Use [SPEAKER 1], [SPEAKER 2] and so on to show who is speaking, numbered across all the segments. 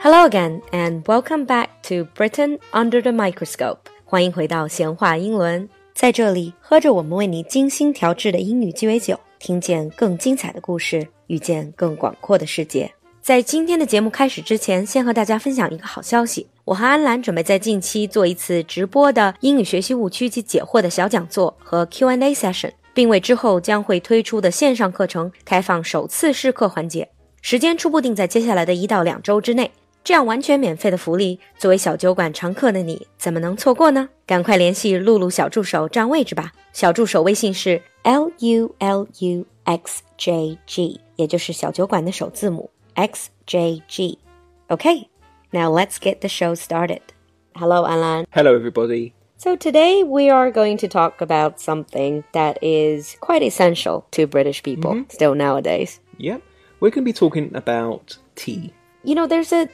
[SPEAKER 1] Hello again and welcome back to Britain under the microscope。欢迎回到闲话英伦，在这里喝着我们为你精心调制的英语鸡尾酒，听见更精彩的故事，遇见更广阔的世界。在今天的节目开始之前，先和大家分享一个好消息。我和安兰准备在近期做一次直播的英语学习误区及解惑的小讲座和 Q&A session，并为之后将会推出的线上课程开放首次试课环节，时间初步定在接下来的一到两周之内。这样完全免费的福利，作为小酒馆常客的你，怎么能错过呢？赶快联系露露小助手占位置吧。小助手微信是 l u l u x j g，也就是小酒馆的首字母 x j g。OK，now、let's get the show started. Hello，安兰。
[SPEAKER 2] Hello, everybody.
[SPEAKER 1] So today we are going to talk about something that is quite essential to British people still nowadays.
[SPEAKER 2] Yep, we're going to be talking about tea.
[SPEAKER 1] you know, there's a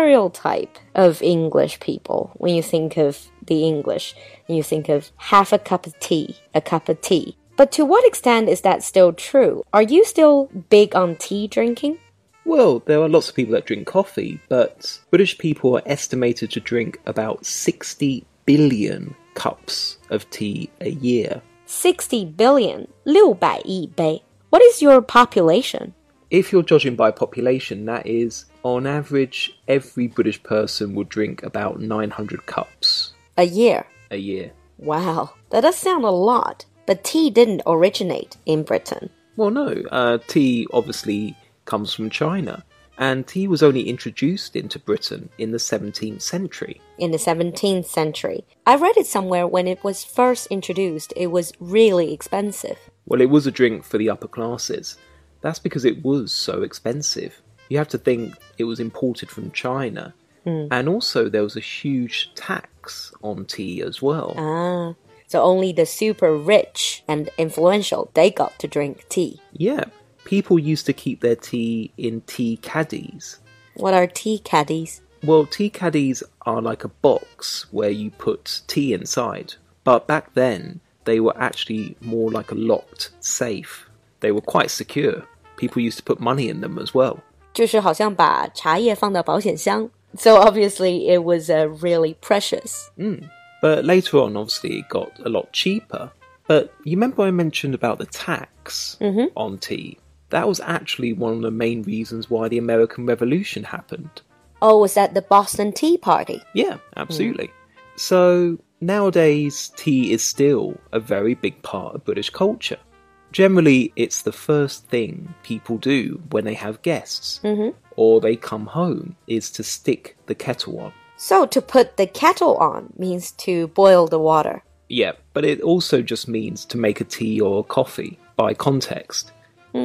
[SPEAKER 1] stereotype of English people. When you think of the English, you think of half a cup of tea, a cup of tea. But to what extent is that still true? Are you still big on tea drinking?
[SPEAKER 2] Well, there are lots of people that drink coffee, but British people are estimated to drink about 60 billion cups of tea a year.
[SPEAKER 1] 60 billion, 600亿杯. What is your population?
[SPEAKER 2] If you're judging by population, that is, on average, every British person will drink about 900 cups
[SPEAKER 1] A year.
[SPEAKER 2] a year.
[SPEAKER 1] Wow, that does sound a lot. But tea didn't originate in Britain.
[SPEAKER 2] Well, no, uh, tea obviously comes from China, and tea was only introduced into Britain in the 17th century.
[SPEAKER 1] in the 17th century. I read it somewhere when it was first introduced, it was really expensive.
[SPEAKER 2] Well, it was a drink for the upper classes. That's because it was so expensive. You have to think it was imported from China. And also, there was a huge tax on tea as well.
[SPEAKER 1] Ah, so only the super rich and influential they got to drink tea.
[SPEAKER 2] Yeah, people used to keep their tea in tea caddies.
[SPEAKER 1] What are tea caddies?
[SPEAKER 2] Well, tea caddies are like a box where you put tea inside. But back then, they were actually more like a locked safe. They were quite secure. People used to put money in them as well.
[SPEAKER 1] 就是好像把茶叶放到保险箱. So obviously it was uh, really precious.
[SPEAKER 2] Mm. But later on, obviously, it got a lot cheaper. But you remember I mentioned about the tax on tea? That was actually one of the main reasons why the American Revolution happened.
[SPEAKER 1] Oh, was that the Boston Tea Party?
[SPEAKER 2] Yeah, absolutely. So nowadays, tea is still a very big part of British culture. Generally, it's the first thing people do when they have guests or they come home is to stick the kettle on.
[SPEAKER 1] So to put the kettle on means to boil the water.
[SPEAKER 2] Yeah, but it also just means to make a tea or a coffee by context.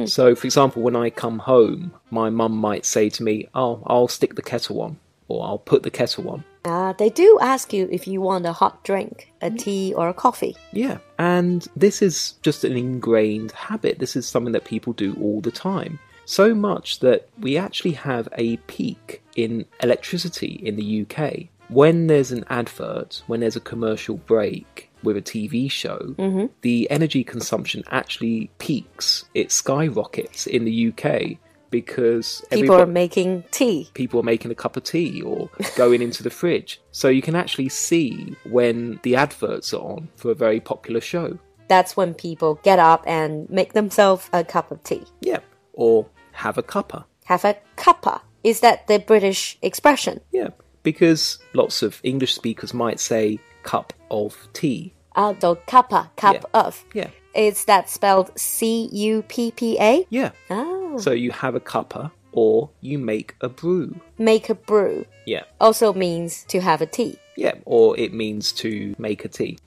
[SPEAKER 2] So, for example, when I come home, my mum might say to me, Oh, I'll stick the kettle on, or I'll put the kettle on.
[SPEAKER 1] Ah, they do ask you if you want a hot drink, a tea or a coffee.
[SPEAKER 2] Yeah, and this is just an ingrained habit. This is something that people do all the time. So much that we actually have a peak in electricity in the UK. When there's an advert, when there's a commercial break with a TV show,
[SPEAKER 1] Mm-hmm.
[SPEAKER 2] the energy consumption actually peaks. It skyrockets in the UK because
[SPEAKER 1] People are
[SPEAKER 2] everybo-
[SPEAKER 1] making tea.
[SPEAKER 2] people are making a cup of tea or going into the fridge. So you can actually see when the adverts are on for a very popular show.
[SPEAKER 1] That's when people get up and make themselves a cup of tea.
[SPEAKER 2] Yeah. Or have a cuppa.
[SPEAKER 1] Have a cuppa. Is that the British expression?
[SPEAKER 2] Yeah. Because lots of English speakers might say cup of tea.
[SPEAKER 1] Uh, the cuppa, cup of.
[SPEAKER 2] Yeah.
[SPEAKER 1] Is that spelled C U P P A?
[SPEAKER 2] Yeah.
[SPEAKER 1] Ah,
[SPEAKER 2] So you have a cuppa or you make a brew.
[SPEAKER 1] make a brew
[SPEAKER 2] Yeah.
[SPEAKER 1] also means to have a tea.
[SPEAKER 2] Yeah. Or it means to make a tea.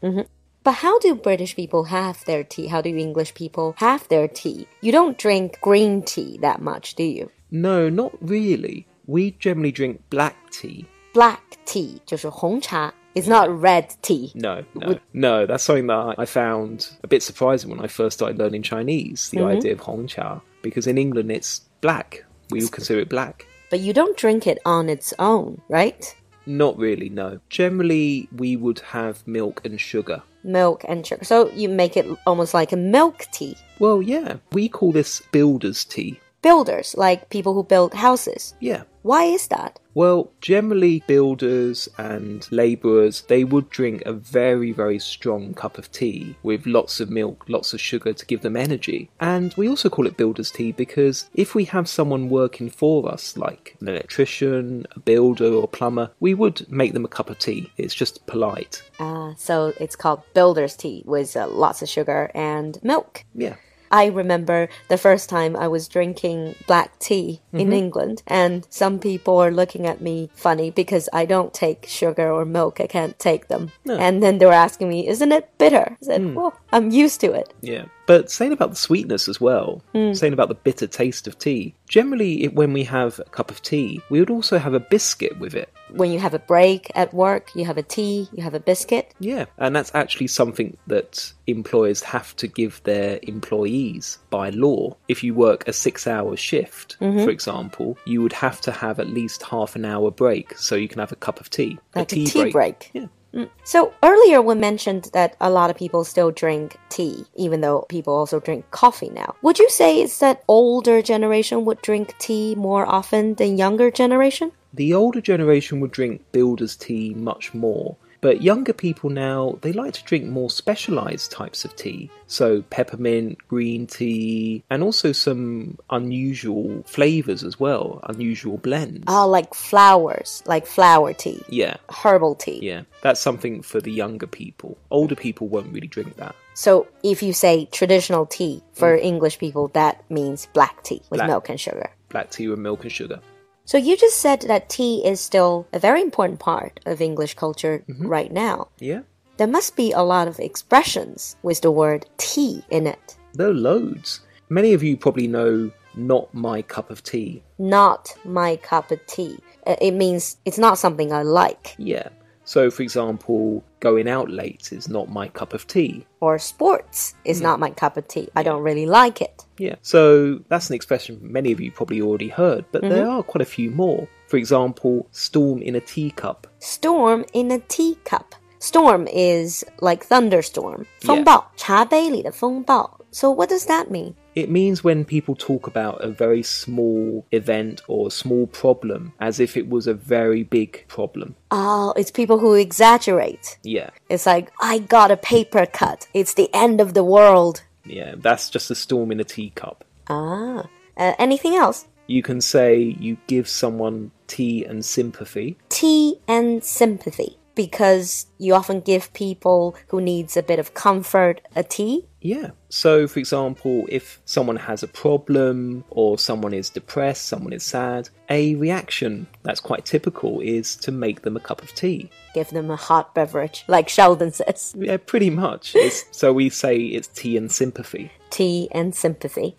[SPEAKER 1] But how do British people have their tea? How do English people have their tea? You don't drink green tea that much, do you?
[SPEAKER 2] No, not really. We generally drink black tea.
[SPEAKER 1] Black tea 就是红茶. It's not red tea.
[SPEAKER 2] No, no, no. That's something that I found a bit surprising when I first started learning Chinese, the idea of Hongcha, because in England it's black. We would consider it black.
[SPEAKER 1] But you don't drink it on its own, right?
[SPEAKER 2] Not really, no. Generally, we would have milk and sugar.
[SPEAKER 1] milk and sugar. So you make it almost like a milk tea.
[SPEAKER 2] Well, yeah, we call this builder's tea.
[SPEAKER 1] builders, like people who build houses.
[SPEAKER 2] Yeah.
[SPEAKER 1] Why is that?
[SPEAKER 2] Well, generally, builders and labourers they would drink a very, very strong cup of tea with lots of milk, lots of sugar to give them energy. And we also call it builder's tea because if we have someone working for us, like an electrician, a builder, or plumber, we would make them a cup of tea. It's just polite.
[SPEAKER 1] Ah, so it's called builder's tea with uh, lots of sugar and milk.
[SPEAKER 2] Yeah.
[SPEAKER 1] I remember the first time I was drinking black tea in England, and some people were looking at me funny because I don't take sugar or milk. I can't take them.
[SPEAKER 2] No.
[SPEAKER 1] And then they were asking me, Isn't it bitter? I said, Well, I'm used to it.
[SPEAKER 2] Yeah. But saying about the sweetness as well,
[SPEAKER 1] Hmm.
[SPEAKER 2] saying about the bitter taste of tea, generally, it, when we have a cup of tea, we would also have a biscuit with it.
[SPEAKER 1] When you have a break at work, you have a tea, you have a biscuit.
[SPEAKER 2] Yeah, and that's actually something that employers have to give their employees by law. If you work a six hour shift,
[SPEAKER 1] Mm-hmm.
[SPEAKER 2] for example, you would have to have at least half an hour break so you can have a cup of tea.
[SPEAKER 1] Like a tea break. Mm.
[SPEAKER 2] Yeah.
[SPEAKER 1] So earlier we mentioned that a lot of people still drink tea, even though people also drink coffee now. Would you say it's that older generation would drink tea more often than younger generation?
[SPEAKER 2] The older generation would drink builder's tea much more. But younger people now, they like to drink more specialised types of tea. So, peppermint, green tea, and also some unusual flavours as well, unusual blends.
[SPEAKER 1] Oh, like flowers, like flower tea,
[SPEAKER 2] Yeah.
[SPEAKER 1] herbal tea.
[SPEAKER 2] Yeah, that's something for the younger people. Older people won't really drink that.
[SPEAKER 1] So if you say traditional tea for English people, that means Mm. black tea with
[SPEAKER 2] Black.
[SPEAKER 1] milk and sugar.
[SPEAKER 2] Black tea with milk and sugar.
[SPEAKER 1] So you just said that tea is still a very important part of English culture right now.
[SPEAKER 2] Yeah,
[SPEAKER 1] There must be a lot of expressions with the word tea in it.
[SPEAKER 2] there are loads. Many of you probably know not my cup of tea.
[SPEAKER 1] Not my cup of tea. Uh, It means it's not something I like.
[SPEAKER 2] Yeah. So, for example, going out late is not my cup of tea.
[SPEAKER 1] Or sports is not my cup of tea. I don't really like it.
[SPEAKER 2] Yeah. So, that's an expression many of you probably already heard, but there are quite a few more. For example, storm in a teacup.
[SPEAKER 1] Storm in a teacup. Storm is like thunderstorm.
[SPEAKER 2] Yeah.
[SPEAKER 1] 风暴,茶杯里的风暴. So what does that mean?
[SPEAKER 2] It means when people talk about a very small event or a small problem as if it was a very big problem.
[SPEAKER 1] Oh, it's people who exaggerate.
[SPEAKER 2] Yeah.
[SPEAKER 1] It's like, I got a paper cut. It's the end of the world.
[SPEAKER 2] Yeah, that's just a storm in a teacup.
[SPEAKER 1] Ah. Uh, anything else?
[SPEAKER 2] You can say you give someone tea and sympathy.
[SPEAKER 1] tea and sympathy because you often give people who needs a bit of comfort a tea
[SPEAKER 2] Yeah. So, for example, if someone has a problem or someone is depressed, someone is sad, a reaction that's quite typical is to make them a cup of tea.
[SPEAKER 1] give them a hot beverage like sheldon says
[SPEAKER 2] Yeah, pretty much. It's, so, we say it's tea and sympathy.
[SPEAKER 1] tea and sympathy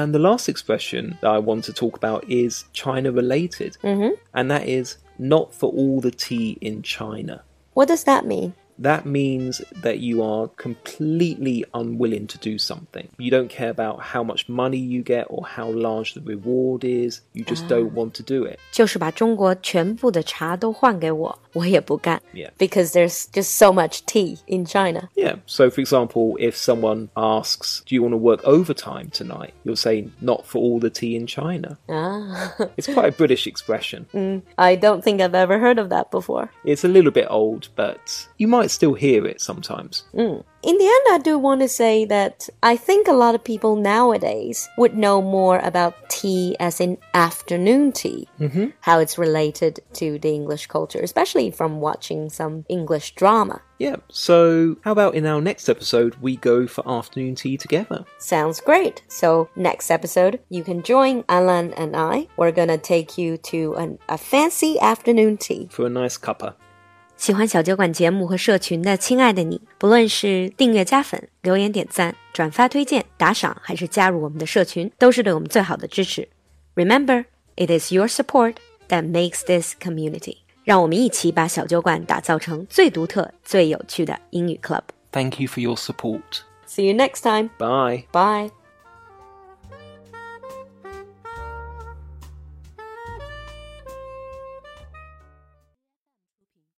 [SPEAKER 2] And the last expression that I want to talk about is China related, mm-hmm. and that is not for all the tea in China.
[SPEAKER 1] what does that mean
[SPEAKER 2] That means that you are completely unwilling to do something. You don't care about how much money you get or how large the reward is. You just don't want to do it.
[SPEAKER 1] 就是把中国全部的茶都换给我，我也不干。
[SPEAKER 2] Yeah.
[SPEAKER 1] Because there's just so much tea in China.
[SPEAKER 2] Yeah. So, for example, if someone asks, Do you want to work overtime tonight? You'll say, Not for all the tea in China.
[SPEAKER 1] Ah,
[SPEAKER 2] It's quite a British expression.
[SPEAKER 1] I don't think I've ever heard of that before.
[SPEAKER 2] It's a little bit old, but you might still hear it sometimes.
[SPEAKER 1] In the end, I do want to say that I think a lot of people nowadays would know more about tea as in afternoon tea, mm-hmm. how it's related to the English culture, especially from watching some English drama.
[SPEAKER 2] Yeah. So, how about in our next episode, we go for afternoon tea together?
[SPEAKER 1] Sounds great. So, next episode, you can join Alan and I. We're going to take you to an, a fancy afternoon tea.
[SPEAKER 2] for a nice cuppa.
[SPEAKER 1] 喜欢小酒馆节目和社群的亲爱的你，不论是订阅加粉、留言点赞、转发推荐、打赏，还是加入我们的社群，都是对我们最好的支持。Remember, it is your support that makes this community。让我们一起把小酒馆打造成最独特、最有趣的英语 club。
[SPEAKER 2] Thank you for your support.
[SPEAKER 1] See you next time.
[SPEAKER 2] Bye.
[SPEAKER 1] Bye.